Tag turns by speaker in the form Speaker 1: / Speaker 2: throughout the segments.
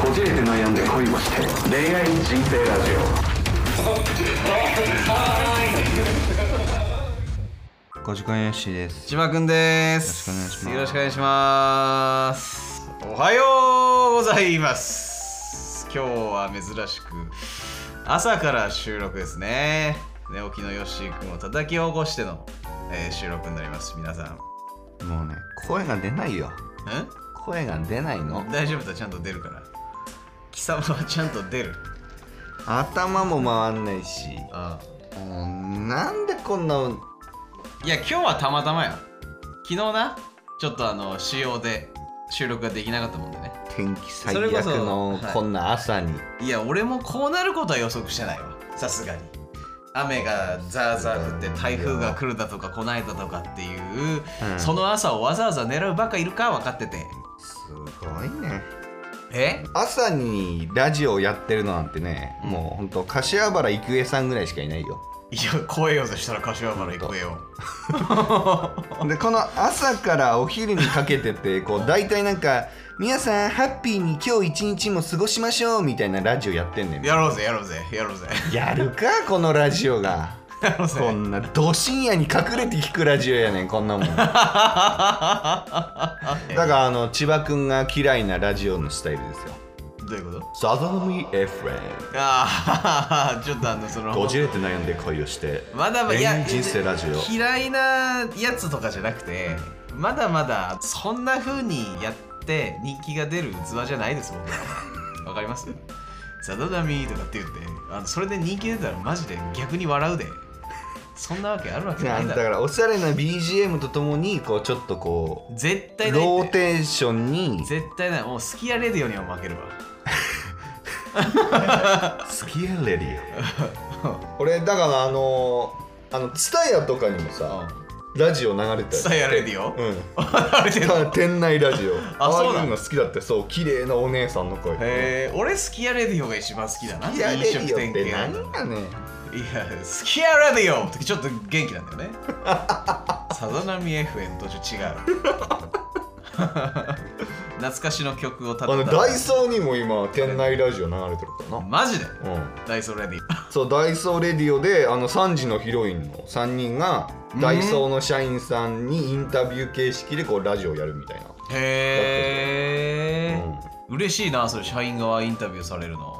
Speaker 1: こじれて悩んで恋をして恋愛人生ラジ
Speaker 2: ご時間よしです。
Speaker 3: 千葉くんです
Speaker 2: よろしくお
Speaker 3: よろ
Speaker 2: 願
Speaker 3: しくお願いしますおはようございます今日は珍しく朝から収録ですね寝起きのよっしーくんを叩き起こしての、えー収録になります皆さん
Speaker 2: もうね、声が出ないよ。
Speaker 3: ん
Speaker 2: 声が出ないの。
Speaker 3: 大丈夫だちゃんと出るから貴様はちゃんと出る
Speaker 2: 頭も回んないし。
Speaker 3: あ
Speaker 2: もうなんでこんな。
Speaker 3: あいや今日はたまたまよ昨日なちょっとあの仕様で収録ができなかったもんでね
Speaker 2: 天気最
Speaker 3: それこ
Speaker 2: 悪
Speaker 3: そ
Speaker 2: の
Speaker 3: はい
Speaker 2: こんな朝に、
Speaker 3: いや俺もこうなることは予測してないわさすがに雨がザーザー降って台風が来るだとか来ないだとかっていう、
Speaker 2: うん
Speaker 3: その朝をわざわざ狙うバカいるか分かってて
Speaker 2: すごいね
Speaker 3: え
Speaker 2: 朝にラジオをやってるのなんてね、もうほんと柏原郁恵さんぐらいしかい ないよ
Speaker 3: いや超えようとしたら柏原行こえよ
Speaker 2: でこの朝からお昼にかけてってこう大体なんか「皆さんハッピーに今日一日も過ごしましょう」みたいなラジオやってんねん
Speaker 3: やろうぜやろうぜやろうぜ
Speaker 2: やるかこのラジオが
Speaker 3: やろう
Speaker 2: こ
Speaker 3: ぜ
Speaker 2: んなど深夜に隠れて聞くラジオやねんこんなもんだからあの千葉くんが嫌いなラジオのスタイルですよ
Speaker 3: どういうこと
Speaker 2: サザナミエフレ
Speaker 3: ああちょっとあのその
Speaker 2: ンこじれて悩んで恋をして
Speaker 3: まだまだい
Speaker 2: 恋
Speaker 3: や
Speaker 2: 愛人生ラジオ
Speaker 3: 嫌いなやつとかじゃなくてまだまだそんな風にやって人気が出る器じゃないです僕はわかり ますザダダミーとかって言ってあのそれで人気出たらマジで逆に笑うでそんなわけあるわけな
Speaker 2: ないん
Speaker 3: だ
Speaker 2: だ
Speaker 3: ろ
Speaker 2: からおしゃれな BGM とともにこうちょっとこう
Speaker 3: 絶対ない
Speaker 2: ロー
Speaker 3: って
Speaker 2: テーションに
Speaker 3: 絶対ないもう好きやレディオには負けるわ
Speaker 2: 好きやレディオ俺だからあのあのツタヤとかにもさラジオ流れて
Speaker 3: スタイアレディオ、
Speaker 2: うん
Speaker 3: あれで
Speaker 2: ただ店内ラジオ
Speaker 3: あ
Speaker 2: ああい
Speaker 3: そうな
Speaker 2: う
Speaker 3: の
Speaker 2: の好きだってそう綺麗なお姉さんの声
Speaker 3: えー、俺スキヤレディオが一番好きだな
Speaker 2: 好きやレデ
Speaker 3: 飲食
Speaker 2: ィオ
Speaker 3: 店
Speaker 2: って
Speaker 3: 系
Speaker 2: 何やねん
Speaker 3: いや、スキアラディオってちょっと元気なんだよね。 サザナミ FM とちょっと違う。 懐かしの曲をた
Speaker 2: あ
Speaker 3: た
Speaker 2: のダイソーにも今店内ラジオ流れてるからな
Speaker 3: マジで
Speaker 2: うん、
Speaker 3: ダイソーレディ
Speaker 2: そうダイソーレディオであの3時のヒロインの3人がダイソーの社員さんにインタビュー形式でこうラジオやるみたいな、
Speaker 3: オ。へ
Speaker 2: うん、
Speaker 3: ー嬉しいな、それ社員側インタビューされるの。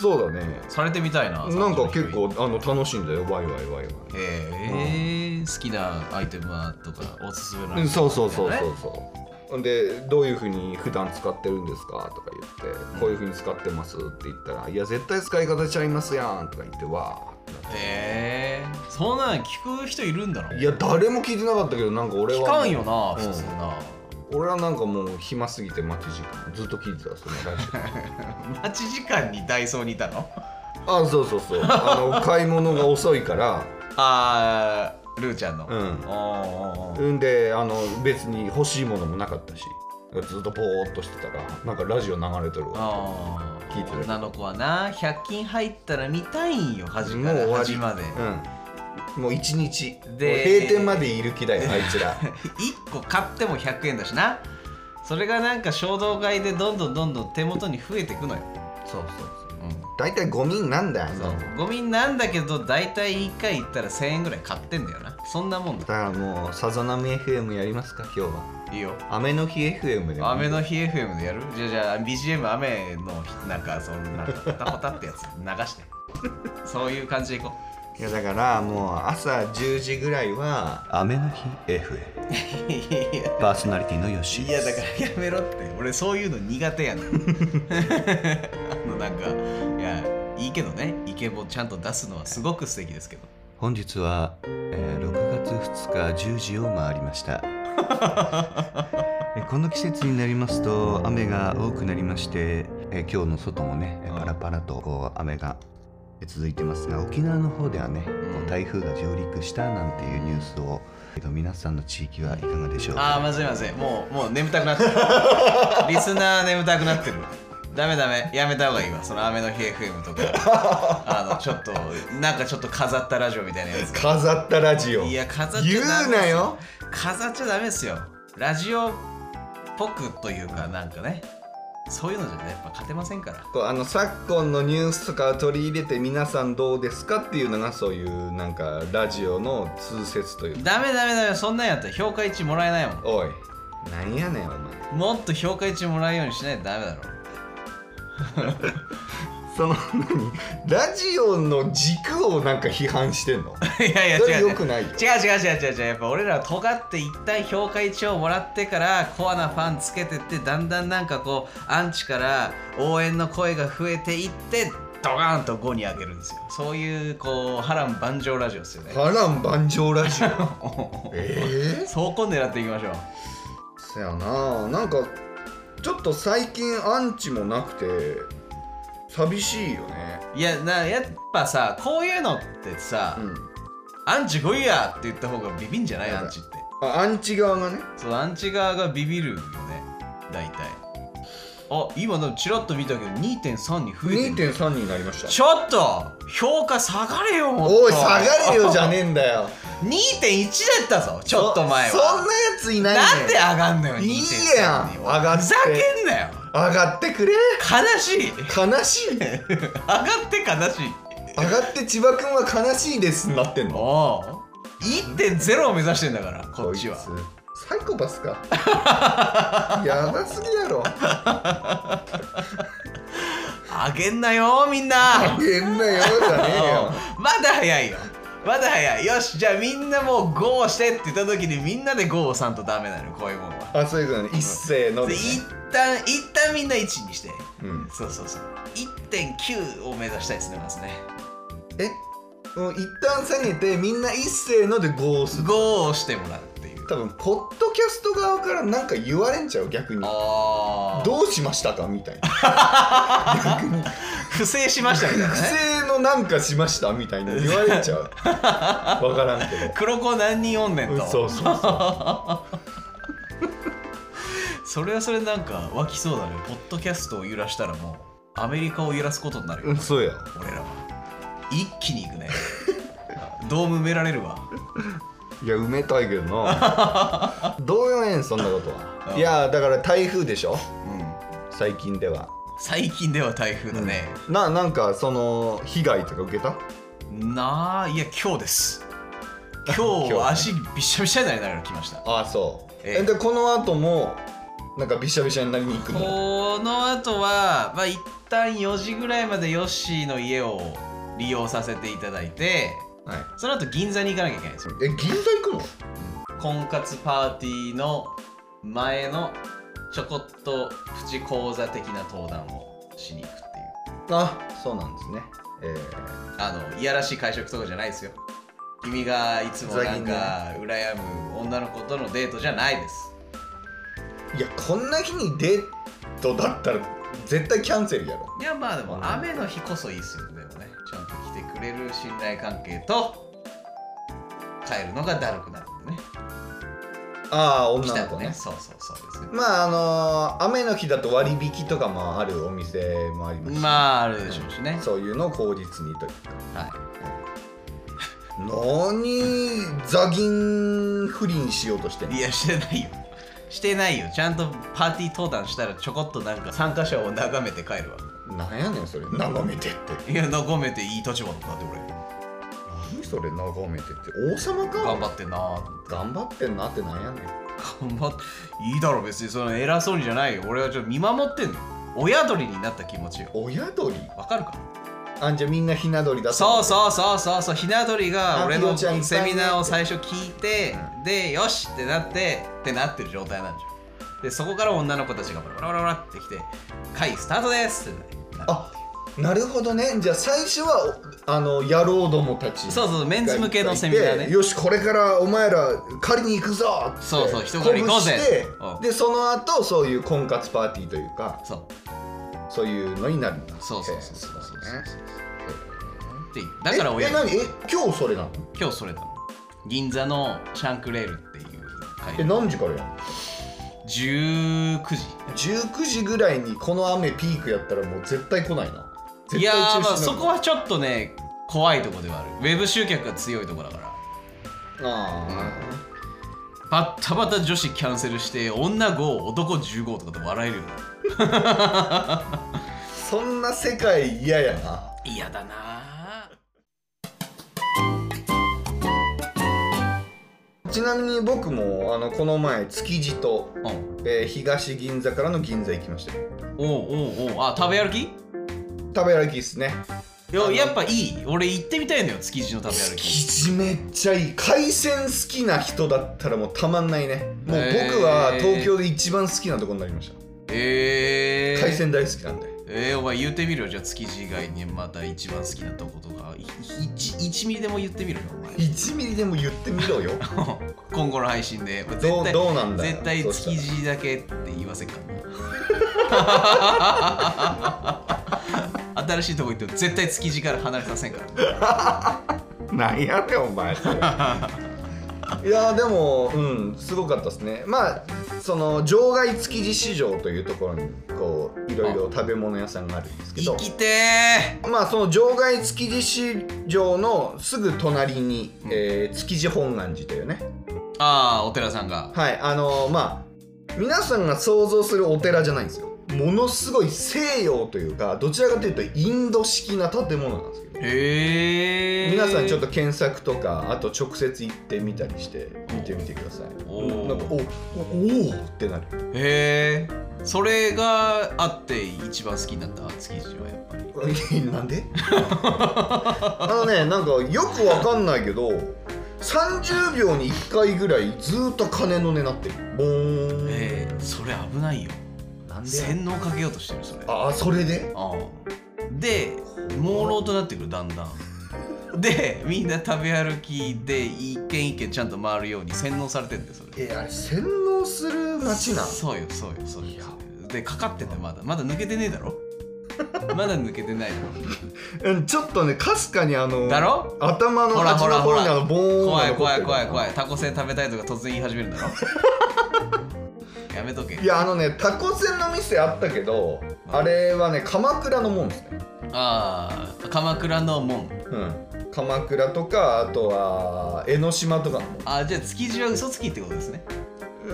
Speaker 2: そうだね
Speaker 3: されてみたいな。
Speaker 2: なんか結
Speaker 3: 30
Speaker 2: 構あの楽しいんだよワイワイワイワイ
Speaker 3: 人。へー、好きなアイテムはとか、おすすめのアイテムは
Speaker 2: うん、そうそうそう
Speaker 3: みたい
Speaker 2: そ
Speaker 3: な
Speaker 2: う
Speaker 3: ね
Speaker 2: そうほんでどういうふうに普段使ってるんですかとか言って、こういうふうに使ってますって言ったら「いや絶対使い方ちゃいますやん」とか言ってわーってなっ
Speaker 3: へー、そんなの聞く人いるんだな
Speaker 2: て。いや誰も聞いてなかったけどなんか俺は
Speaker 3: 聞かんよな、
Speaker 2: うん
Speaker 3: 普通な。
Speaker 2: 俺はなんかもう暇すぎて待ち時間ずっと聞いてたそのラジ
Speaker 3: 待ち時間にダイソーにいたの
Speaker 2: オあそうそうそうあ の買い物が遅いから
Speaker 3: あールーちゃんの、
Speaker 2: うん
Speaker 3: おーおーおー
Speaker 2: んであの別に欲しいものもなかったしずっとぼーっとしてたらなんかラジオ流れてるわ
Speaker 3: あー
Speaker 2: 聞いてる
Speaker 3: 女の子はな100均入ったら見たいんよ端
Speaker 2: も
Speaker 3: か
Speaker 2: う
Speaker 3: ら
Speaker 2: 終わ
Speaker 3: 端
Speaker 2: り
Speaker 3: まで、
Speaker 2: うん、もう一日
Speaker 3: で
Speaker 2: もう閉店までいる気だよあいつ ら
Speaker 3: 1個買っても100円だしなそれがなんか衝動買いでどんどんどんどん手元に増えてくのよ、
Speaker 2: そうそうそう
Speaker 3: うん
Speaker 2: 大体ゴミになんだよ
Speaker 3: そうゴミなんだけど大体1回行ったら1000円ぐらい買ってんだよなそんなもん
Speaker 2: だ
Speaker 3: だ
Speaker 2: からもうさざ波 FM やりますか今日はい
Speaker 3: いよ
Speaker 2: 雨の日 FM でも
Speaker 3: 雨の日 FM でやるじゃあじゃあ BGM 雨の日なんかそんなポタポタってやつ 流してそういう感じでいこ
Speaker 2: いやだからもう朝10時ぐらいは雨の日 FM
Speaker 3: う いや
Speaker 2: パーソナリティのよし
Speaker 3: いやだからやめろって俺そういうの苦手やねん あのなんかいやいいけどねイケボちゃんと出すのはすごく素敵ですけど
Speaker 2: 本日は、えー6月2日10時を回りました えーこの季節になりますと雨が多くなりまして、えー今日の外もねえーパラパラとこう雨がえー続いてますが沖縄の方ではねこう台風が上陸したなんていうニュースをえー皆さんの地域はいかがでしょう
Speaker 3: ああ
Speaker 2: か
Speaker 3: まずいまずいもうもう眠たく なってるリスナー眠たくなってるダメダメやめた方がいいわその雨の日 FM とかあのちょっとなんかちょっと飾ったラジオみたいなやつ
Speaker 2: 飾ったラジオ
Speaker 3: いや飾っち
Speaker 2: 言
Speaker 3: ゃダメです
Speaker 2: うなよ
Speaker 3: 飾っちゃダメですよラジオっぽくというかなんかねそういうのじゃねやっぱ勝てませんから
Speaker 2: こうあの昨今のニュースとかを取り入れて皆さんどうですかっていうのがそういうなんかラジオの通説というか
Speaker 3: ダメダメダメそんなんやったら評価1もらえないもん
Speaker 2: おい何やねんお前
Speaker 3: もっと評価1もらえるようにしないとダメだろ
Speaker 2: その何ラジオの軸をなんか批判してん の
Speaker 3: いやいや
Speaker 2: それ
Speaker 3: 違う違う
Speaker 2: 良くないよ
Speaker 3: 違う違う違う違う違うやっぱ俺らは尖って一旦評価1をもらってからコアなファンつけてってだんだんなんかこうアンチから応援の声が増えていってドガーンと5に上げるんですよそういうこう波乱万丈ラジオですよね
Speaker 2: 波乱万丈ラジオ ええ
Speaker 3: そこ狙っていきましょう
Speaker 2: そやななんかちょっと最近アンチもなくて寂しいよね
Speaker 3: いやなやっぱさこういうのってさ、
Speaker 2: うん
Speaker 3: アンチ来いやって言った方がビビんじゃない
Speaker 2: やだ
Speaker 3: アンチって
Speaker 2: あアンチ側がね
Speaker 3: そうアンチ側がビビるよね大体あ今でもチラッと見たけど2.3に増えてる
Speaker 2: 2.3になりました
Speaker 3: ちょっと評価下がれよもっと
Speaker 2: おい下がれよじゃねえんだよ
Speaker 3: 2.1だったぞちょっと前は
Speaker 2: そそんなやついないね
Speaker 3: なんで上がんのよ
Speaker 2: いい
Speaker 3: 2.3
Speaker 2: やん
Speaker 3: に
Speaker 2: 上がって
Speaker 3: ふざけんなよ
Speaker 2: 上がってくれ
Speaker 3: 悲しい
Speaker 2: 悲しい上
Speaker 3: 上がって悲しい
Speaker 2: がって千葉君は悲しいですになってんの
Speaker 3: おう1.0を目指してんだからこっちは
Speaker 2: こいつサイコパス かやばすぎやろ
Speaker 3: あげんなよみんな
Speaker 2: げんなよじゃねえよ
Speaker 3: まだ早いよまだ早いよしじゃあみんなもう5をしてって言った時にみんなで5を押さんとダメなのこういうもんは
Speaker 2: あそういうことね一斉の
Speaker 3: で
Speaker 2: でね
Speaker 3: 一旦一旦みんな1にして
Speaker 2: うん
Speaker 3: そうそうそう1.9を目指したいですねまずね
Speaker 2: えもう一旦下げてみんな一斉ので5を押す
Speaker 3: 5を押してもらうっていう
Speaker 2: 多分ポッドキャスト側からなんか言われんちゃう逆に
Speaker 3: ああ
Speaker 2: どうしましたかみたいな
Speaker 3: 不正しましたみたいな
Speaker 2: 不
Speaker 3: ね
Speaker 2: 正のなんかしましたみたいに言われちゃう わからんけど
Speaker 3: 黒子何人おんねんと
Speaker 2: そうそうそ
Speaker 3: それはそれなんか湧きそうだねポッドキャストを揺らしたらもうアメリカを揺らすことになる
Speaker 2: う
Speaker 3: よ
Speaker 2: んそうや
Speaker 3: 俺らは一気にいくねドーム埋められるわ
Speaker 2: いや埋めたいけどなどうやねんそんなことは
Speaker 3: うん
Speaker 2: いやだから台風でしょ
Speaker 3: うん
Speaker 2: 最近では
Speaker 3: 最近では台風だね、
Speaker 2: ななんかその被害とか受けた
Speaker 3: なあいや今日 です今日
Speaker 2: 今日
Speaker 3: は足びっしゃびしゃになりながら来ました
Speaker 2: ああそう
Speaker 3: ええ
Speaker 2: えでこの後もなんかびしゃびしゃになりに行くの
Speaker 3: この後はまあ一旦4時ぐらいまでヨッシーの家を利用させていただいて
Speaker 2: はい
Speaker 3: その後銀座に行かなきゃいけないんですよ
Speaker 2: え銀座行くの
Speaker 3: 婚活パーティーの前のちょこっとプチ講座的な登壇をしに行くっていう
Speaker 2: あそうなんですねえ
Speaker 3: あのいやらしい会食とかじゃないですよ君がいつもなんか羨む女の子とのデートじゃないです
Speaker 2: ーいやこんな日にデートだったら絶対キャンセルやろ
Speaker 3: いやまあでも雨の日こそいいっすよねでもねちゃんと来てくれる信頼関係と帰るのがだるくなるんでね
Speaker 2: ああ
Speaker 3: 来
Speaker 2: 女
Speaker 3: た
Speaker 2: の子
Speaker 3: ら
Speaker 2: ね
Speaker 3: ねそうそうそうですよ
Speaker 2: まああのー雨の日だと割引とかもあるお店もありますし、
Speaker 3: まああるでしょうしね
Speaker 2: そういうのを口実にというか
Speaker 3: はい
Speaker 2: 何ザギン不倫しようとしてんの
Speaker 3: いやしてないよしてないよちゃんとパーティー登壇したらちょこっとなんか参加者を眺めて帰るわ
Speaker 2: なんやねんそれ眺めてって
Speaker 3: いや眺めていい立場だったって俺
Speaker 2: 何それ眺めてって王様か
Speaker 3: 頑張ってんなーって
Speaker 2: 頑張ってんなってなんやねん
Speaker 3: 頑張っていいだろ別にその偉そうにじゃないよ俺はちょっと見守ってんのよ親鳥になった気持ちよ
Speaker 2: 親鳥
Speaker 3: わかるか
Speaker 2: あんじゃみんなひな鳥だと
Speaker 3: そうそうそうそうそうひな鳥が
Speaker 2: あ
Speaker 3: 俺
Speaker 2: ひ
Speaker 3: の
Speaker 2: よちゃんいっぱいね
Speaker 3: セミナーを最初聞いてでよしってなってってなってる状態なんじゃんでそこから女の子たちがバラバラバラバラってきて「会スタートです」ってなる
Speaker 2: あなるほどねじゃあ最初はおあの野郎どもたち
Speaker 3: そうそうメンズ向けのセミナーね
Speaker 2: でよしこれからお前ら狩りに行くぞっつって
Speaker 3: そうそう人狩り行こうぜ
Speaker 2: 鼓舞
Speaker 3: うん
Speaker 2: してでその後そういう婚活パーティーというか
Speaker 3: そう
Speaker 2: そういうのになるんだ
Speaker 3: そうそうそうそうそうそう
Speaker 2: へー
Speaker 3: そう
Speaker 2: へ
Speaker 3: っていう
Speaker 2: ー
Speaker 3: だから
Speaker 2: え
Speaker 3: 親
Speaker 2: え
Speaker 3: 鳥
Speaker 2: 何え今日それなの
Speaker 3: 今日それだ銀座のシャンクレールっていう会
Speaker 2: え何時からやんの
Speaker 3: 19時
Speaker 2: 19時ぐらいにこの雨ピークやったらもう絶対来ないない絶対
Speaker 3: やーまあ
Speaker 2: 中止
Speaker 3: そ
Speaker 2: な
Speaker 3: こ
Speaker 2: の
Speaker 3: はちょっとね怖いとこではあるウェブ集客が強いとこだから
Speaker 2: あ
Speaker 3: バッタバタ女子キャンセルして女5男15とかで笑えるよな
Speaker 2: そんな世界嫌やな
Speaker 3: 嫌だな
Speaker 2: ちなみに僕もあのこの前築地と、
Speaker 3: ぁ
Speaker 2: えー東銀座からの銀座行きましたよ
Speaker 3: おうおうおうあ食べ歩き
Speaker 2: 食べ歩きですね
Speaker 3: い
Speaker 2: あ
Speaker 3: や
Speaker 2: の
Speaker 3: やっぱいい俺行ってみたいのよ築地の食べ歩
Speaker 2: 築
Speaker 3: き
Speaker 2: 地めっちゃいい海鮮好きな人だったらもうたまんないねもう僕は
Speaker 3: へー
Speaker 2: 東京で一番好きなとこになりました、
Speaker 3: えー、
Speaker 2: 海鮮大好きなんで
Speaker 3: えー、お前言ってみろよじゃあ築地以外にまた一番好きなとことかい一一ミリでも言ってみろよお前
Speaker 2: 1ミリでも言ってみろよ
Speaker 3: 今後の配信で絶
Speaker 2: どう
Speaker 3: 対
Speaker 2: どうなんだよ
Speaker 3: 絶対
Speaker 2: そうした
Speaker 3: 築
Speaker 2: ら
Speaker 3: 地だけって言わせ っからな新しいとこ行っても絶対築地から離れさせんから
Speaker 2: なんやねんお前いやーでもうんすごかったですねまあその場外築地市場というところにこういろいろ食べ物屋さんがあるんですけ
Speaker 3: 生
Speaker 2: ど
Speaker 3: きて
Speaker 2: まあその場外築地市場のすぐ隣に、えー築地本願寺というね
Speaker 3: ーああお寺さんが
Speaker 2: はいあのーまあ皆さんが想像するお寺じゃないんですよものすごい西洋というかどちらかというとインド式な建物なんですけど
Speaker 3: へえ
Speaker 2: 皆さんちょっと検索とかあと直接行ってみたりして見てみてください
Speaker 3: おー
Speaker 2: なんかおおおーってなる
Speaker 3: へえそれがあって一番好きになった築地はやっぱり
Speaker 2: なんで あのねなんかよくわかんないけど30秒に1回ぐらいずーっと鐘の音鳴ってるボーン、
Speaker 3: えー、それ危ないよ
Speaker 2: なんでや
Speaker 3: 洗脳かけようとしてるそれ
Speaker 2: ああそれで
Speaker 3: ああで朦朧となってくるだんだ んでみんな食べ歩きで一軒一軒ちゃんと回るように洗脳されてんだよそれ
Speaker 2: えあれ洗脳する街なん
Speaker 3: そうよそうよそうよでかかっててまだまだ抜けてねえだ ろまだ抜けてないだ
Speaker 2: うんちょっとねかすかにあの
Speaker 3: ろだろ
Speaker 2: 頭の
Speaker 3: ほら
Speaker 2: 端
Speaker 3: ほ
Speaker 2: の
Speaker 3: らほ
Speaker 2: 方
Speaker 3: ら
Speaker 2: にあのボーン
Speaker 3: 怖い
Speaker 2: が残っ
Speaker 3: 怖
Speaker 2: て
Speaker 3: い
Speaker 2: る
Speaker 3: 怖い怖いタコせん食べたいとか突然言い始めるんだろ やめとけ
Speaker 2: いやあのねタコせんの店あったけどあれはね鎌倉のもんですね
Speaker 3: ああ鎌倉の門
Speaker 2: うん鎌倉とかあとは江ノ島とかのも
Speaker 3: あーじゃあ築地は嘘つきってことですね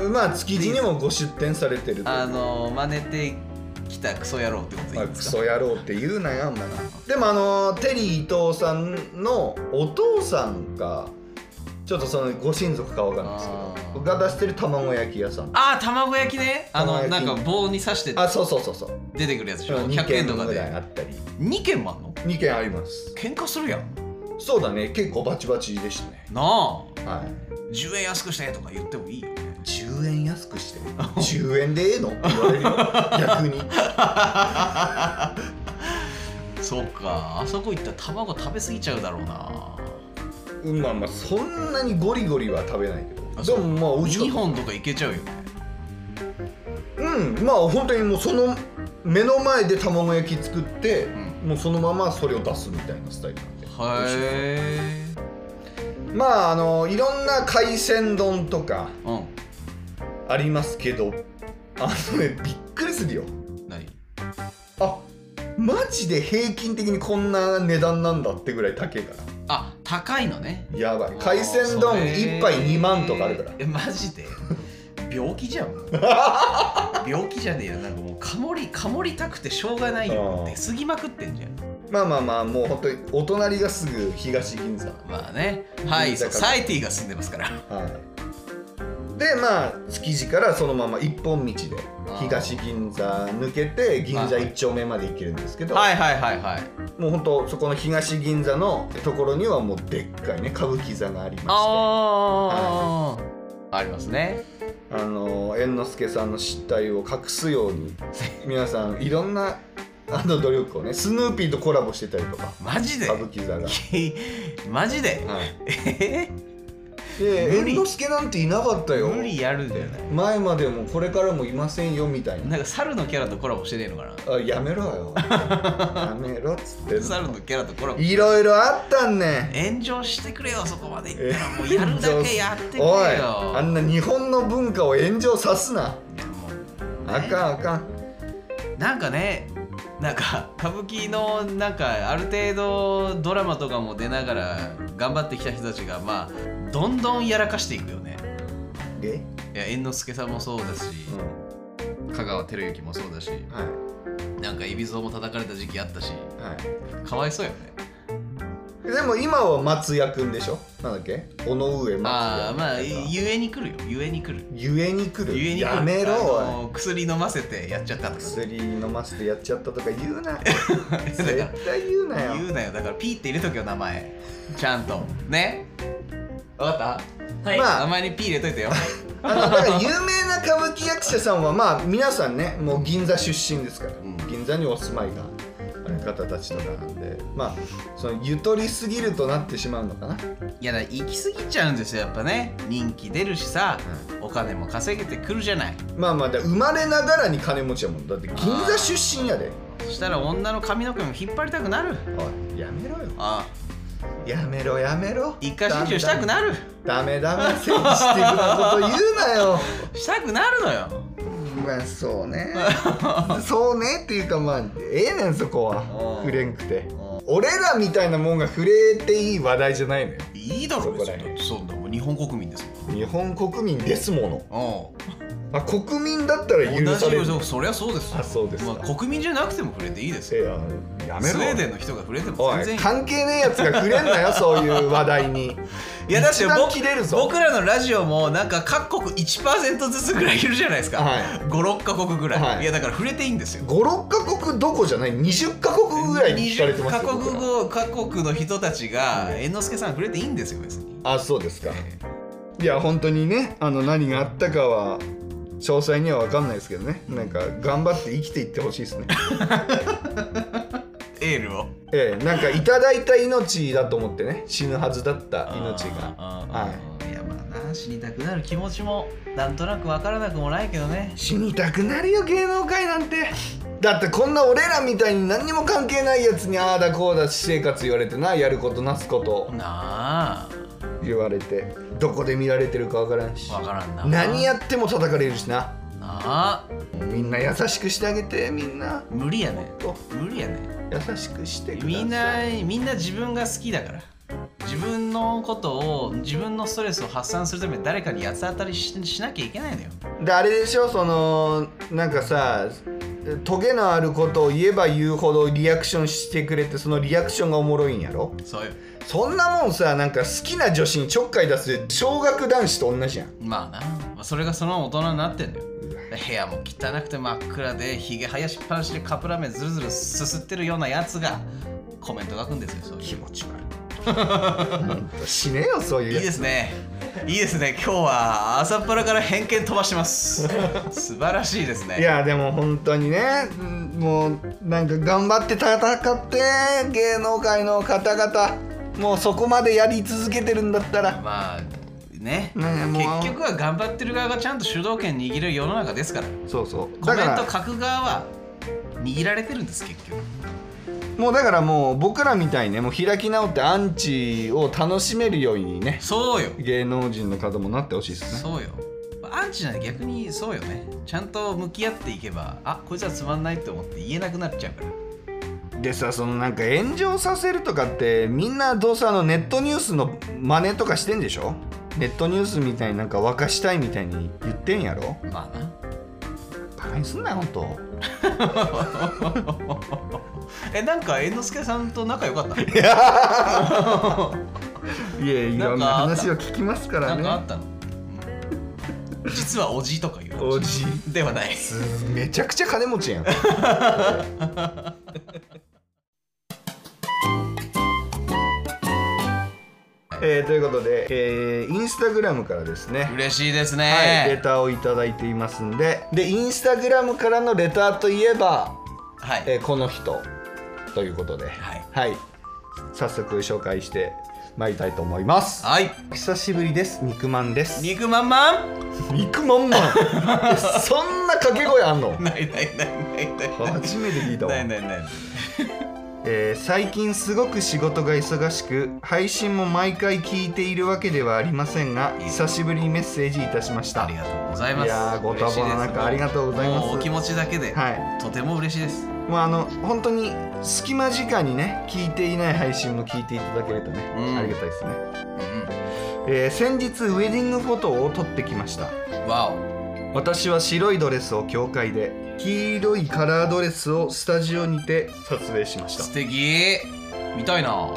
Speaker 2: んまあ築地にもご出店されてると
Speaker 3: あのー、真似てきたクソ野郎ってことでい
Speaker 2: ま
Speaker 3: い
Speaker 2: あ、
Speaker 3: で
Speaker 2: ク
Speaker 3: すか、
Speaker 2: ソ野郎って言うなよあんなでもあのテリー伊藤さんのお父さんがちょっとそのご親族かわかんないですけど
Speaker 3: あー
Speaker 2: が出してる卵焼き屋さん
Speaker 3: ああ卵焼きねあの
Speaker 2: 卵
Speaker 3: な
Speaker 2: 焼
Speaker 3: ん
Speaker 2: き
Speaker 3: か棒に刺して
Speaker 2: あそうそうそうそう
Speaker 3: 出てくるやつでしょ
Speaker 2: 2
Speaker 3: 100円
Speaker 2: 軒
Speaker 3: とか
Speaker 2: ぐらい
Speaker 3: で
Speaker 2: あったり
Speaker 3: 2軒もあんの
Speaker 2: 2軒あります
Speaker 3: 喧嘩するやん
Speaker 2: そうだね結構バチバチでしたね
Speaker 3: なあ
Speaker 2: はい
Speaker 3: 10円安くしてとか言ってもいいよね
Speaker 2: 10円安くして10円でええのって言われ るよ逆に
Speaker 3: そうかあそこ行ったら卵食べ過ぎちゃうだろうな
Speaker 2: うんまあまあそんなにゴリゴリは食べないけ
Speaker 3: あ
Speaker 2: ど
Speaker 3: そう
Speaker 2: でもまあ美味しかっ
Speaker 3: 2
Speaker 2: た
Speaker 3: 本とかいけちゃうよね
Speaker 2: うんまあ本当にもうその目の前で卵焼き作って、
Speaker 3: う
Speaker 2: もうそのままそれを出すみたいなスタイルなんで
Speaker 3: は
Speaker 2: 美味しい
Speaker 3: え
Speaker 2: まああのいろんな海鮮丼とか
Speaker 3: うん
Speaker 2: ありますけどあのねびっくりするよ
Speaker 3: 何
Speaker 2: あマジで平均的にこんな値段なんだってぐらい高いか
Speaker 3: あ高いのね
Speaker 2: らやばい海鮮丼
Speaker 3: あーそれ
Speaker 2: 1杯2万とかあるから
Speaker 3: えマジで病気 じゃんもう病気じゃねえよなんかもうかもりかもりたくてしょうがないよ
Speaker 2: あー
Speaker 3: 出過ぎまくってんじゃん
Speaker 2: まあまあまあもう本当にお隣がすぐ東銀座
Speaker 3: まあねはい
Speaker 2: だから
Speaker 3: サイティが住んでますから
Speaker 2: はい、でまあ築地からそのまま一本道で東銀座抜けて銀座一丁目まで行けるんですけど、
Speaker 3: はいはいはいはい
Speaker 2: もうほんとそこの東銀座のところにはもうでっかいね歌舞伎座がありましてあ
Speaker 3: ああありますね
Speaker 2: の猿之助さんの失態を隠すように 皆さんいろんなあの努力をねスヌーピーとコラボしてたりとか
Speaker 3: マジで
Speaker 2: 歌舞伎座が。
Speaker 3: マジで、
Speaker 2: はい
Speaker 3: え
Speaker 2: で
Speaker 3: 無
Speaker 2: 猿
Speaker 3: 理
Speaker 2: 之助なんていなかった
Speaker 3: ー
Speaker 2: よ
Speaker 3: 無理やるんだよね
Speaker 2: 前までもこれからもいませんよみたいな
Speaker 3: なんか猿のキャラとコラボしてねえのかな
Speaker 2: あやめろ よやめろっつってんの
Speaker 3: 猿のキャラとコラボ
Speaker 2: いろいろあったんね
Speaker 3: 炎上してくれよそこまで行ったらもうやるだけやってくれ よ
Speaker 2: おいあんな日本の文化を炎上さすない
Speaker 3: やもうね
Speaker 2: あかんあかん
Speaker 3: なんかねなんか歌舞伎のなんかある程度ドラマとかも出ながら頑張ってきた人たちがまあどんどんやらかしていくよね
Speaker 2: で、
Speaker 3: いや猿之助さんもそうだし、
Speaker 2: う
Speaker 3: 香川照之もそうだし
Speaker 2: はい
Speaker 3: なんか海老蔵も叩かれた時期あったし
Speaker 2: はい
Speaker 3: かわいそうよね
Speaker 2: でも今は松也くんでしょなんだっけ尾上松也
Speaker 3: まあまあゆえに来るよゆえに来る
Speaker 2: ゆえに来る
Speaker 3: ゆえに来る
Speaker 2: やめろ
Speaker 3: あ
Speaker 2: おい
Speaker 3: の薬飲ませてやっちゃったとか
Speaker 2: 薬飲ませてやっちゃったとか言 うな
Speaker 3: だから
Speaker 2: 絶対言うなよ
Speaker 3: 言うなよだからピーって入れとけよ名前ちゃんとねわかっ
Speaker 4: はい、
Speaker 2: まあ
Speaker 3: た名前にピー入れと いてよ
Speaker 2: あのだから有名な歌舞伎役者さんはまあ皆さんねもう銀座出身ですから、
Speaker 3: ん
Speaker 2: 銀座にお住まいがある方たちとかなんでまあそのゆとりすぎるとなってしまうのかない
Speaker 3: やだから行き過ぎちゃうんですよやっぱね人気出るしさ、お金も稼げてくるじゃない
Speaker 2: まあまあで生まれながらに金持ちやもんだって銀座出身やで
Speaker 3: そしたら女の髪の毛も引っ張りたくなる
Speaker 2: おいやめろよ
Speaker 3: ああ
Speaker 2: やめろやめろ
Speaker 3: 一回信州したくなる
Speaker 2: ダメダメセンシティブなこと言うなよ
Speaker 3: したくなるのよ
Speaker 2: まあそうね そうねっていうかまあええねんそこは
Speaker 3: うん
Speaker 2: 触れんくて
Speaker 3: ん
Speaker 2: 俺らみたいなもんが触れていい話題じゃないのよ
Speaker 3: いいだ
Speaker 2: そ
Speaker 3: ろ
Speaker 2: こ
Speaker 3: 別
Speaker 2: らへん
Speaker 3: にそんなもう日本国民です
Speaker 2: 日本国民ですもの
Speaker 3: もんうん
Speaker 2: あ国民だったら
Speaker 3: 同
Speaker 2: 許さ
Speaker 3: じ
Speaker 2: れ
Speaker 3: よ
Speaker 2: る
Speaker 3: そうそりゃそうですよ
Speaker 2: あそうですか
Speaker 3: まあ、国民じゃなくても触れていいです
Speaker 2: え
Speaker 3: よ
Speaker 2: えや
Speaker 3: スウェ
Speaker 2: め
Speaker 3: ーデ
Speaker 2: ろ
Speaker 3: ンの人が触れても
Speaker 2: お
Speaker 3: 全然
Speaker 2: い
Speaker 3: いい
Speaker 2: 関係ねえやつが触れんな よそういう話題に
Speaker 3: いやだって
Speaker 2: 一番
Speaker 3: 僕
Speaker 2: 切れるぞ
Speaker 3: 僕らのラジオもなんか各国1%ずつぐらいいるじゃないですか、
Speaker 2: はい
Speaker 3: 56カ国ぐらい、
Speaker 2: はい
Speaker 3: い、やだから触れていいんですよ
Speaker 2: 56カ国どこじゃない20カ国ぐらいに聞かれて
Speaker 3: 20
Speaker 2: ます
Speaker 3: カ
Speaker 2: よ
Speaker 3: 国
Speaker 2: 僕ら
Speaker 3: 語各国の人たちが猿之助さん触れていいんですよ別に
Speaker 2: あそうですかいや本当にねあの何があったかは詳細には分かんないですけどねなんか頑張って生きていってほしいですね
Speaker 3: エールを
Speaker 2: ええなんかいただいた命だと思ってね死ぬはずだった命が
Speaker 3: あー
Speaker 2: はい
Speaker 3: あーいやまあな死にたくなる気持ちもなんとなく分からなくもないけどね
Speaker 2: 死にたくなるよ芸能界なんてだってこんな俺らみたいに何にも関係ないやつにああだこうだ私生活言われてなやることなすこと
Speaker 3: なあ
Speaker 2: 言われてどこで見られてるかわからんし
Speaker 3: 分からんな
Speaker 2: 何やっても叩かれるしな
Speaker 3: なあ
Speaker 2: みんな優しくしてあげてみんな
Speaker 3: 無理やね
Speaker 2: と
Speaker 3: 無理やね
Speaker 2: 優しくしてください
Speaker 3: みんなみんな自分が好きだから自分のことを自分のストレスを発散するために誰かに八つ当たりししなきゃいけないのよ
Speaker 2: であれでしょそのなんかさトゲのあることを言えば言うほどリアクションしてくれてそのリアクションがおもろいんやろ
Speaker 3: そういう
Speaker 2: そんなもんさなんか好きな女子にちょっかい出す小学男子と同じやん
Speaker 3: まあな、まあ、それがその大人になってんだよ部屋も汚くて真っ暗でひげ生やしっぱなしでカップラーメンズルズルすすってるようなやつがコメント書くんですよそういう
Speaker 2: 気持ち 悪い死ねよそういう
Speaker 3: いい
Speaker 2: やつ
Speaker 3: ですねいいですね今日は朝っぱらから偏見飛ばしてます 素晴らしいですね
Speaker 2: いやでも本当にねうんもうなんか頑張って戦って芸能界の方々もうそこまでやり続けてるんだったら
Speaker 3: まあね
Speaker 2: ねえもう
Speaker 3: 結局は頑張ってる側がちゃんと主導権握る世の中ですから
Speaker 2: そうそう
Speaker 3: コ
Speaker 2: だ
Speaker 3: メ
Speaker 2: か
Speaker 3: ン
Speaker 2: ら
Speaker 3: ト書く側は握られてるんです結局
Speaker 2: もうだからもう僕らみたいにねもう開き直ってアンチを楽しめるようにね
Speaker 3: そうよ
Speaker 2: 芸能人の方もなってほしいですね
Speaker 3: そうよアンチなんて逆にそうよねちゃんと向き合っていけばあこいつはつまんないと思って言えなくなっちゃうから
Speaker 2: でさそのなんか炎上させるとかってみんなどうせあのネットニュースの真似とかしてんでしょネットニュースみたいになんか沸かしたいみたいに言ってんやろ
Speaker 3: まあ
Speaker 2: バカにすんなよほんと
Speaker 3: なえなんか猿之助さんと仲良かった
Speaker 2: いやい
Speaker 3: ろんな話
Speaker 2: を聞きますか
Speaker 3: なんかあっ たの、うん実はおじとかいう話
Speaker 2: おじ
Speaker 3: ではない
Speaker 2: めちゃくちゃ金持ちやんえーということで、えーインスタグラムからですね
Speaker 3: 嬉しいです
Speaker 2: はい、レ
Speaker 3: ね
Speaker 2: ターをいただいていますんででインスタグラムからのレターといえば、
Speaker 3: はい、
Speaker 2: えーこの人ということで、
Speaker 3: はい
Speaker 2: 早速紹介してまいりたいと思います
Speaker 3: はい
Speaker 2: 久しぶりです肉まんです
Speaker 3: 肉まんまん
Speaker 2: 肉まんまん えそんな掛け声あん の
Speaker 3: ないないないないないない
Speaker 2: 初めて聞いたわ
Speaker 3: ないないない
Speaker 2: えー最近すごく仕事が忙しく配信も毎回聞いているわけではありませんが久しぶりにメッセージいたしました
Speaker 3: ありがとうございます
Speaker 2: いやーご多忙な中
Speaker 3: 嬉しいです
Speaker 2: ありがとうございます
Speaker 3: もうお気持ちだけで、
Speaker 2: は
Speaker 3: とても嬉しいです
Speaker 2: い、まあ、あの本当に隙間時間にね聞いていない配信も聞いていただけるとね、
Speaker 3: うん
Speaker 2: ありがたいですね、
Speaker 3: うん
Speaker 2: えー先日ウェディングフォトを撮ってきました
Speaker 3: うんわ
Speaker 1: 私は白いドレスを教会で
Speaker 2: 黄色いカラードレスをスタジオにて撮影しまし
Speaker 3: 素敵見たいな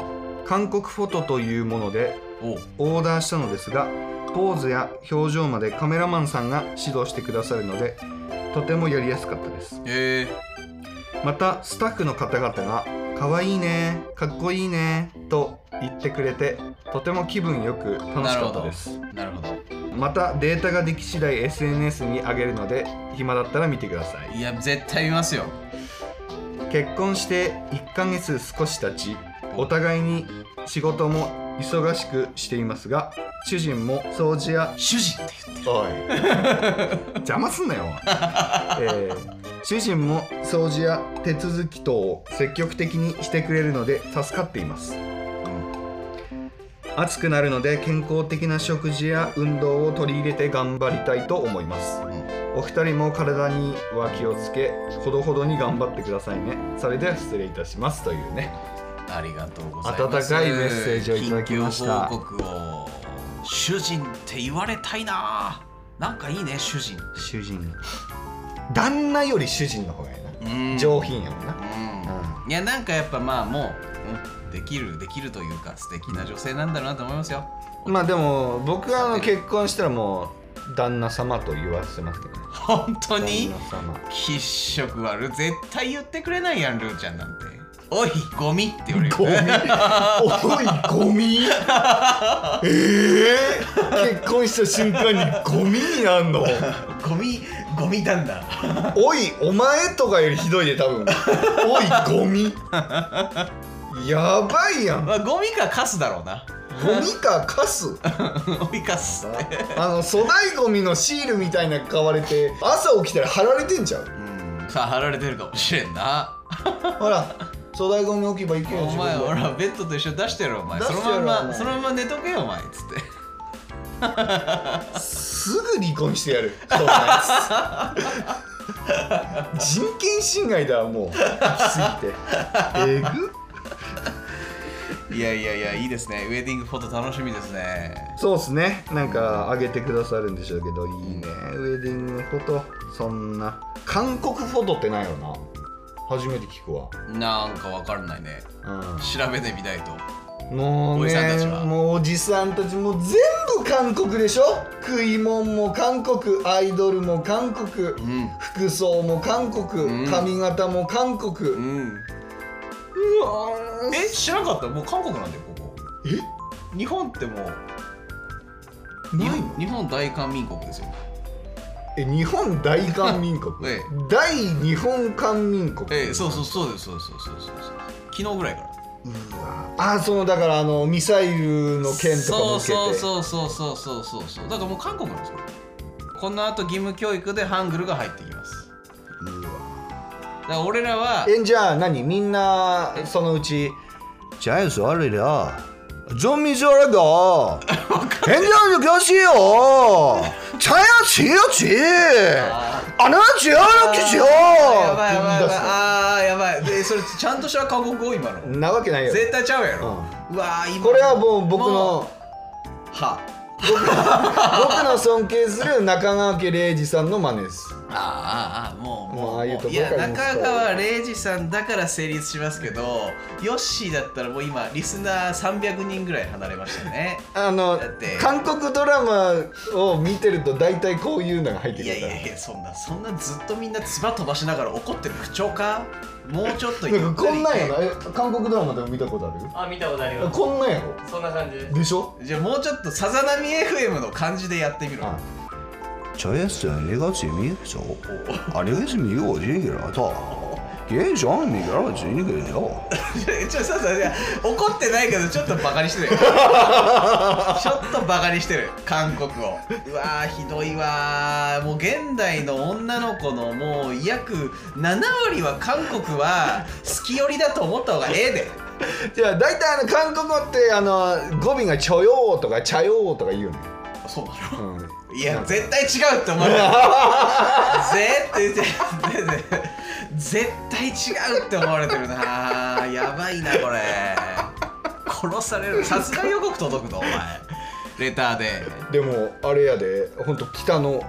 Speaker 1: 韓国フォトというもので
Speaker 3: お
Speaker 1: オーダーしたのですがポーズや表情までカメラマンさんが指導してくださるのでとてもやりやすかったです
Speaker 3: え
Speaker 1: またスタッフの方々が「かわいいねかっこいいね」と言ってくれてとても気分よく
Speaker 3: ー、
Speaker 1: 楽
Speaker 3: な
Speaker 1: し
Speaker 3: る
Speaker 1: か
Speaker 3: ほ
Speaker 1: った
Speaker 3: ど
Speaker 1: です
Speaker 3: なるほど
Speaker 1: またデータができ次第 SNS に上げるので暇だったら見てください
Speaker 3: いや絶対見ますよ
Speaker 1: 結婚して1ヶ月少し経ちお互いに仕事も忙しくしていますが主人も掃除や
Speaker 3: 主人って言って
Speaker 2: おい
Speaker 1: 邪魔すんなよ、えー主人も掃除や手続き等を積極的にしてくれるので助かっています、暑くなるので健康的な食事や運動を取り入れて頑張りたいと思います、お二人も体には気をつけほどほどに頑張ってくださいねそれでは失礼いたしますというね
Speaker 3: ありがとうございます
Speaker 1: 温かいメッセージをいただきました
Speaker 3: 緊急報告を主人って言われたいななんかいいね主人
Speaker 1: 主人
Speaker 2: 旦那より主人の方がいいな、
Speaker 3: うん
Speaker 2: 上品やもんな
Speaker 3: うんいやなんかやっぱまあもう、うん、できるできるというか素敵な女性なんだろうなと思いますよ
Speaker 2: まあでも僕はあの結婚したらもう旦那様と言わせてますけどね
Speaker 3: 本当に
Speaker 2: 旦那様
Speaker 3: 喫食悪い絶対言ってくれないやんルーちゃんなんておいゴミって言われる
Speaker 2: ゴミおいゴミええ結婚した瞬間にゴミになんの
Speaker 3: ゴミゴミなんだ
Speaker 2: おいお前とかよりひどいで多分おいゴミやばいやん
Speaker 3: まあゴミかカスだろうな
Speaker 2: ゴミかカス
Speaker 3: おいカスって
Speaker 2: あの粗大ゴミのシールみたいなの買われて朝起きたら貼られてんじゃん
Speaker 3: うんさあ貼られてるかもしれんな
Speaker 2: ほら粗大ゴミ置き場行けよ
Speaker 3: お
Speaker 2: 自
Speaker 3: 前
Speaker 2: 分で
Speaker 3: ほらベッドと一緒に出してやろお前
Speaker 2: 出し
Speaker 3: そ
Speaker 2: て
Speaker 3: の
Speaker 2: やろ
Speaker 3: まん
Speaker 2: お
Speaker 3: ま
Speaker 2: 前
Speaker 3: そのまま寝とけよお前っつって
Speaker 2: すぐ離婚してやるそんなやつ人権侵害だわもう行き過ぎてえぐ
Speaker 3: いやいやいやいいですねウェディングフォト楽しみですね
Speaker 2: そうっすねなんかあげてくださるんでしょうけどいいねウェディングフォトそんな韓国フォトってないよな初めて聞くわ
Speaker 3: なんかわかんないね
Speaker 2: う
Speaker 3: 調べてみないと
Speaker 2: んもう
Speaker 3: おじさんたち
Speaker 2: ね
Speaker 3: は
Speaker 2: もうおじさんたちもう全部韓国でしょ食いもんも韓国アイドルも韓国、
Speaker 3: うん
Speaker 2: 服装も韓国、
Speaker 3: うん
Speaker 2: 髪型も韓国、
Speaker 3: うん
Speaker 2: うわ
Speaker 3: え知らなかったもう韓国なんだよここえ日本ってもう
Speaker 2: ー
Speaker 3: 日本日本大韓民国ですよ
Speaker 2: え日本大韓民国
Speaker 3: ええ
Speaker 2: 大日本韓民国
Speaker 3: ええそうそうそうですそうですそうですそうです昨日ぐらいから
Speaker 2: うわーあそのだからあのミサイルの件とかも受けて
Speaker 3: そうそうそうそうそうそうそうそうだからもう韓国なんですよこの後義務教育でハングルが入ってきます
Speaker 2: うわ
Speaker 3: だから俺らは
Speaker 2: えじゃあ何みんなそのうち
Speaker 1: じゃあそれりゃゾンビじゃら が変じゃんよ教師よチャヤチヤチあなたチヤラキチよ
Speaker 3: やばいやばいやばい
Speaker 2: 出す
Speaker 3: あーやばいでそれちゃんとした韓国語今の
Speaker 2: なわけないよ
Speaker 3: 絶対ちゃうやろ、うわー今
Speaker 2: これはもう僕
Speaker 3: も
Speaker 2: の
Speaker 3: うは
Speaker 2: 僕の尊敬する中川家礼二さんの真似です
Speaker 3: ああああもう
Speaker 2: もうああいうとこ
Speaker 3: いや
Speaker 2: からもう
Speaker 3: 中川礼二さんだから成立しますけどヨッシーだったらもう今リスナー300人ぐらい離れましたね
Speaker 2: あの
Speaker 3: だって
Speaker 2: 韓国ドラマを見てると大体こういうのが入って
Speaker 3: い
Speaker 2: く
Speaker 3: や
Speaker 2: る
Speaker 3: い
Speaker 2: から
Speaker 3: やいやそんなそんなずっとみんな唾飛ばしながら怒ってる口調かもうちょっとゆっくり
Speaker 2: なんかこんなんやなえ韓国ドラマでも見たことある
Speaker 4: あ見たことあります
Speaker 2: こんなんやろ
Speaker 4: そんな感じです
Speaker 2: でしょ
Speaker 3: じゃあもうちょっとさざ波 FM の感じでやってみろ
Speaker 2: あ
Speaker 1: 저였어요내가재미있어아니겠습니까어디얘기를하다예전얘기하지이게요
Speaker 3: ちょちょそうそういや怒ってないけどちょっとバカにしてる よちょっとバカにしてる韓国をうわーひどいわーもう現代の女の子のもう約7割は韓国は好き寄りだと思った方がええで
Speaker 2: じゃあ大体あの韓国語ってあの語尾が「ちょよ」とか「ちゃよ」とか言うのよ、
Speaker 3: そうなの
Speaker 2: うん
Speaker 3: いや絶対違うって思 われる絶対絶対絶対違うって思われてるなやばいなこれ殺される殺害予告届くぞお前レターで
Speaker 2: でもあれやでほんと北の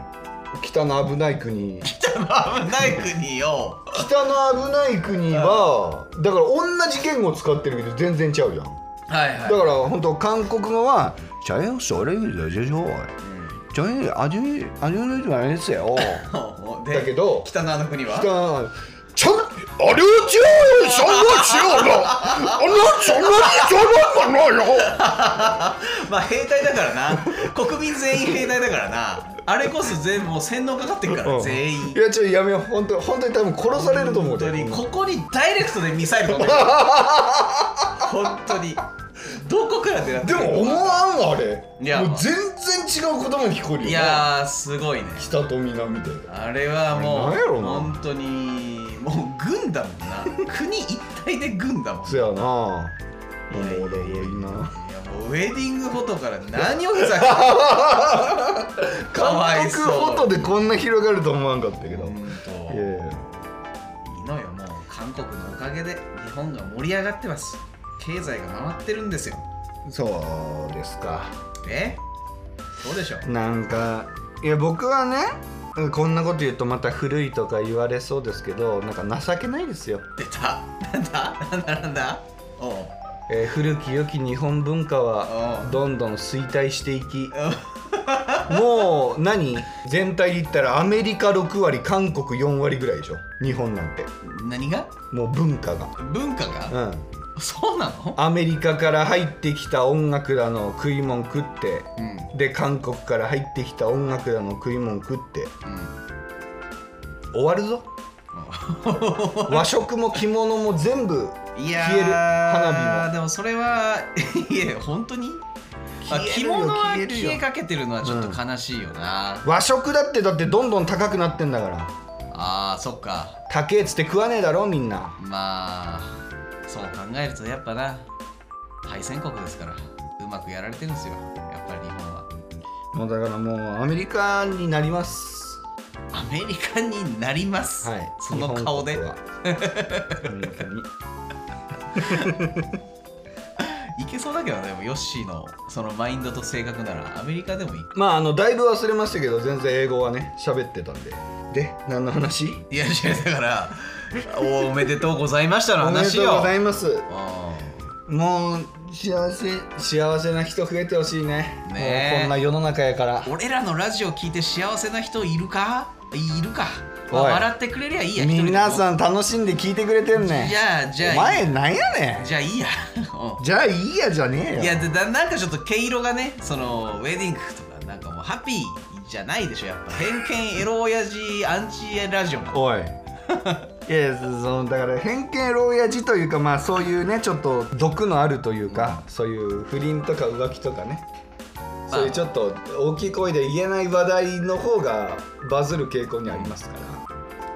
Speaker 2: 北の危ない国
Speaker 3: 危ない国よ
Speaker 2: 北の危ない国はだから同じ言語使ってるけど全然ちゃうじゃん
Speaker 3: はい
Speaker 2: だから本当韓国語は「チャイナそれでしょ」「チャイナ味味のじゃないですよ」
Speaker 3: い
Speaker 2: だけど
Speaker 3: 北のあの国は
Speaker 2: 北のちょあれは違うよそんな違うよあんなそんな違うのかなよ
Speaker 3: まあ兵隊だからな国民全員兵隊だからなあれこそ全部もう洗脳かかってるから全員
Speaker 2: いやちょっとやめよう本当本当に多分殺されると思うで
Speaker 3: 本当にここにダイレクトでミサイ ル飛んでくる本当にどこから狙っ
Speaker 2: で
Speaker 3: てくる
Speaker 2: も思わんわあれ
Speaker 3: いや
Speaker 2: もう全然違うことも聞こえるよ
Speaker 3: い
Speaker 2: ね
Speaker 3: やーすごいね
Speaker 2: 北と南で
Speaker 3: あれは
Speaker 2: あ
Speaker 3: も
Speaker 2: れなんやろ
Speaker 3: う
Speaker 2: な
Speaker 3: 本当にもう軍だもんな 国一体で軍だもん
Speaker 2: そやなお
Speaker 3: いやいやいや
Speaker 2: もろいない
Speaker 3: やもうウェディングフォトから何をふざけて かわ
Speaker 2: 韓国
Speaker 3: いそう
Speaker 2: フォトでこんな広がると思わんかったけど、
Speaker 3: ほん
Speaker 2: い
Speaker 3: と
Speaker 2: やいや
Speaker 3: いいのよもう韓国のおかげで日本が盛り上がってます経済が回ってるんですよ
Speaker 2: そうですか
Speaker 3: えそうでしょ
Speaker 2: なんかいや僕はねこんなこと言うとまた古いとか言われそうですけどなんか情けないですよ、
Speaker 3: 出たなんだなんだなんだおう
Speaker 2: えー古き良き日本文化
Speaker 3: う
Speaker 2: は
Speaker 3: ん
Speaker 2: どんどん衰退していき
Speaker 3: おう
Speaker 2: もう何全体で言ったらアメリカ6割韓国4割ぐらいでしょ日本なんて
Speaker 3: 何が
Speaker 2: もう文化が
Speaker 3: 文化が
Speaker 2: うん
Speaker 3: そうなの
Speaker 2: アメリカから入ってきた音楽だの食い物食って
Speaker 3: うんうん
Speaker 2: で韓国から入ってきた音楽だの食い物食って終わるぞ和食も着物も全部
Speaker 3: いやー
Speaker 2: 消える花火も
Speaker 3: でもそれは いえ本当にあ
Speaker 2: 消え
Speaker 3: 着
Speaker 2: るよ
Speaker 3: 物は
Speaker 2: 消えるよ
Speaker 3: 消えかけてるのはちょっと悲しいよな、
Speaker 2: 和食だってだってどんどん高くなってんだから
Speaker 3: あーそっか
Speaker 2: 高えっつって食わねえだろみんな
Speaker 3: まあそう考えるとやっぱな敗戦国ですからうまくやられてるんですよやっぱり日本は
Speaker 2: もうだからもうアメリカになります
Speaker 3: アメリカになります、
Speaker 2: はい
Speaker 3: その顔で
Speaker 2: 日本国は本当に
Speaker 3: いけそうだけどねでもヨッシーのそのマインドと性格ならアメリカでもいい
Speaker 2: まああのだいぶ忘れましたけど全然英語はね喋ってたんでで何の話
Speaker 3: いやいやだ からおめでとうございましたの
Speaker 2: おめで
Speaker 3: 話
Speaker 2: と
Speaker 3: よ
Speaker 2: うございます
Speaker 3: うん
Speaker 2: もう幸せ幸せな人増えてほしいね
Speaker 3: ねえ
Speaker 2: もうこんな世の中やから
Speaker 3: 俺らのラジオ聞いて幸せな人いるかいるか、まあ
Speaker 2: おい
Speaker 3: 笑ってくれりゃいいや一人でも
Speaker 2: 皆さん楽しんで聞いてくれてんね
Speaker 3: じゃあじゃあ
Speaker 2: お前なんやね
Speaker 3: じゃあいいや うん
Speaker 2: んじゃあいいやじゃねえよ
Speaker 3: いやでだなんかちょっと毛色がねそのウェディングとかなんかもうハッピーじゃないでしょやっぱ偏見エロ親父アンチラジオも
Speaker 2: おいいやいやそのだから偏見牢屋父というかまあそういうねちょっと毒のあるというか、そういう不倫とか浮気とかね、
Speaker 3: あ
Speaker 2: そういうちょっと大きい声で言えない話題の方がバズる傾向にありますか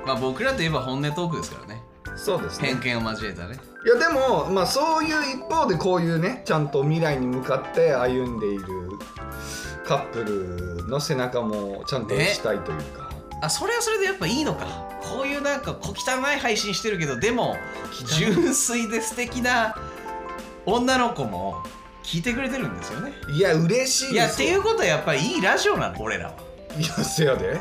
Speaker 2: ら、
Speaker 3: まあ僕らといえば本音トークですからね
Speaker 2: そうですね
Speaker 3: 偏見を交えたね
Speaker 2: いやでもまあそういう一方でこういうねちゃんと未来に向かって歩んでいるカップルの背中もちゃんと
Speaker 3: ね
Speaker 2: 押したいというか、
Speaker 3: あそれはそれでやっぱいいのかこういうなんか小汚い配信してるけどでも純粋で素敵な女の子も聞いてくれてるんですよね
Speaker 2: いや嬉しい
Speaker 3: い
Speaker 2: で
Speaker 3: やっ
Speaker 2: す
Speaker 3: て
Speaker 2: よ
Speaker 3: いうことはやっぱりいいラジオなの俺らはい
Speaker 2: やせやで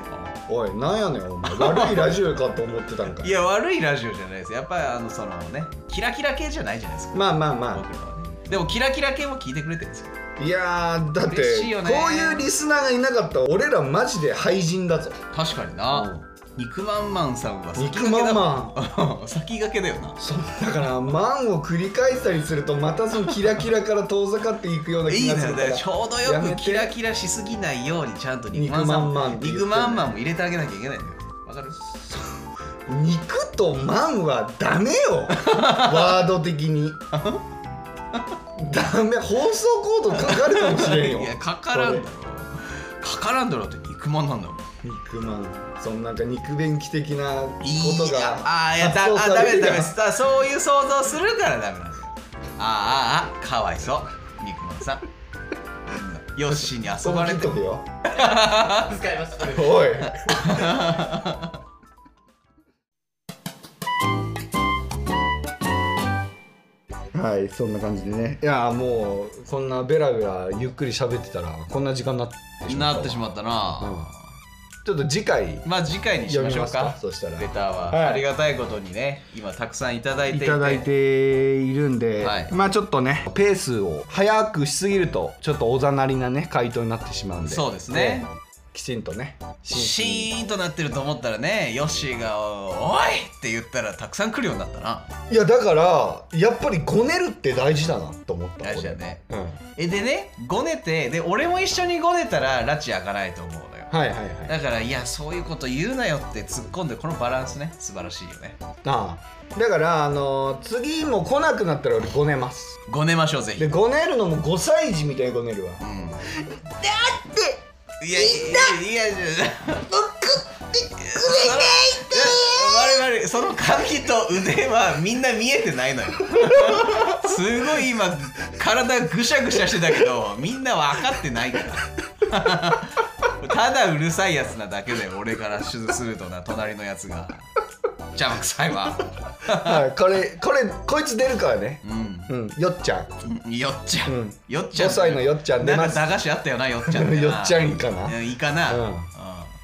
Speaker 2: おいなんやねんお前悪いラジオかと思ってたんか
Speaker 3: いや悪いラジオじゃないですやっぱりあのそのねキラキラ系じゃないじゃないですか
Speaker 2: まあまあま
Speaker 3: 僕らはねでもキラキラ系も聞いてくれてるんですよ
Speaker 2: あいやーだって
Speaker 3: 嬉しいよね
Speaker 2: こういうリスナーがいなかったら俺らマジで廃人だぞ
Speaker 3: 確かにな肉まんまんさんは先
Speaker 2: 肉
Speaker 3: 駆け
Speaker 2: ま
Speaker 3: だ
Speaker 2: ん
Speaker 3: もん
Speaker 2: まん
Speaker 3: 先駆けだよな
Speaker 2: そうだからマンを繰り返したりするとまたそのキラキラから遠ざかっていくようない気
Speaker 3: い
Speaker 2: が
Speaker 3: です
Speaker 2: る
Speaker 3: すよ
Speaker 2: から
Speaker 3: ねちょうど
Speaker 2: や
Speaker 3: よ
Speaker 2: め
Speaker 3: く
Speaker 2: て
Speaker 3: キラキラしすぎないようにちゃんと肉まんさ
Speaker 2: 肉ま
Speaker 3: ん
Speaker 2: んまんって言って
Speaker 3: 肉まんまんも入れてあげなきゃいけないんだよわかる
Speaker 2: 肉とマンはダメよ ワード的にダメ放送コードかかるかもしれんよ
Speaker 3: いやかからんだろかからんだろって肉まんなんだもん
Speaker 2: 肉まんそのなんか肉便器的なこ
Speaker 3: いい
Speaker 2: とが
Speaker 3: ああいやだ
Speaker 2: 発想
Speaker 3: あダ
Speaker 2: され
Speaker 3: メ
Speaker 2: る
Speaker 3: ダ
Speaker 2: やん
Speaker 3: メだそういう想像するからダメなんだよあーあーあーかわいそう肉まんさん うんヨッシーに遊ばれて
Speaker 2: その切っとけよ
Speaker 4: 使いました。
Speaker 2: おいはいそんな感じでねいやもうこんなベラベラゆっくり喋ってたらこんな時間になってしまった
Speaker 3: なってしまったな、
Speaker 2: うんちょっと次回
Speaker 3: まあ次回にしましょう
Speaker 2: 読みま
Speaker 3: か
Speaker 2: すかそしたら
Speaker 3: レターは、
Speaker 2: はい
Speaker 3: ありがたいことにね今たくさんいただい
Speaker 2: い
Speaker 3: ていて
Speaker 2: ただいているんで、
Speaker 3: はい
Speaker 2: まあちょっとねペースを早くしすぎるとちょっとおざなりなね回答になってしまうんで
Speaker 3: そうですね
Speaker 2: きちんとね
Speaker 3: シーンとなってると思ったらねヨッシーが「おい!」って言ったらたくさん来るようになったない
Speaker 2: やだからやっぱりこねるって大事だなと思った
Speaker 3: 大事だね
Speaker 2: 俺うん
Speaker 3: えでねごねてで俺も一緒にごねたら拉致開かないと思うのよ
Speaker 2: はいはいはい
Speaker 3: だからいやそういうこと言うなよって突っ込んでこのバランスね素晴らしいよね
Speaker 2: ああだからあのー次も来なくなったら俺ごねます
Speaker 3: ごねましょうぜひ
Speaker 2: でごねるのも5歳児みたいにごね るわ
Speaker 3: うん、だっていやいやいや僕ってくれない我々その髪と腕はみんな見えてないのよすごい今体ぐしゃぐしゃしてたけどみんな分かってないからただうるさいやつなだけで俺からするとな隣のやつが邪魔くさいわ
Speaker 2: はいこれこれこいつ出るからね
Speaker 3: うん
Speaker 2: うんよっちゃん
Speaker 3: よっちゃん、
Speaker 2: うん
Speaker 3: よっちゃん
Speaker 2: 5歳のよっちゃん出ます
Speaker 3: なんか駄菓子あったよなよっちゃんって な
Speaker 2: よっちゃんいかな
Speaker 3: やいいかな、
Speaker 2: う
Speaker 3: うんん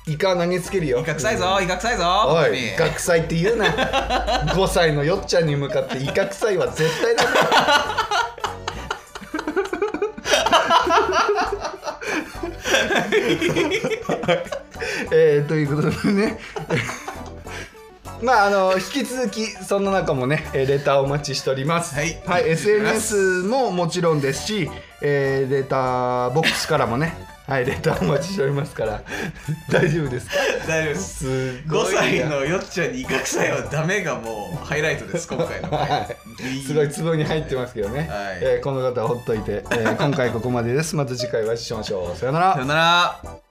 Speaker 2: イカ投げつけるよ
Speaker 3: 威嚇臭いぞ威嚇臭いぞ
Speaker 2: お
Speaker 3: 本当に
Speaker 2: いイカ臭いって言う な5歳のよっちゃんに向かってイカ臭いは絶対だめえー、ということでねまああの引き続きそんな中もねえーレターお待ちしております
Speaker 3: はい
Speaker 2: はい、SNS ももちろんですし、えーレターボックスからもねはいレターお待ちしておりますから大丈夫ですか
Speaker 3: 大丈夫です
Speaker 2: すごい
Speaker 3: 5
Speaker 2: な
Speaker 3: 歳のよっちゃんに威嚇臭いはダメがもうハイライトです 今回の
Speaker 2: はい、すごいツボに入ってますけどね、
Speaker 3: はい
Speaker 2: えーこの方はほっといて、えー今回ここまでですまた次回お会いしましょうさよな
Speaker 3: さ
Speaker 2: ら
Speaker 3: よなら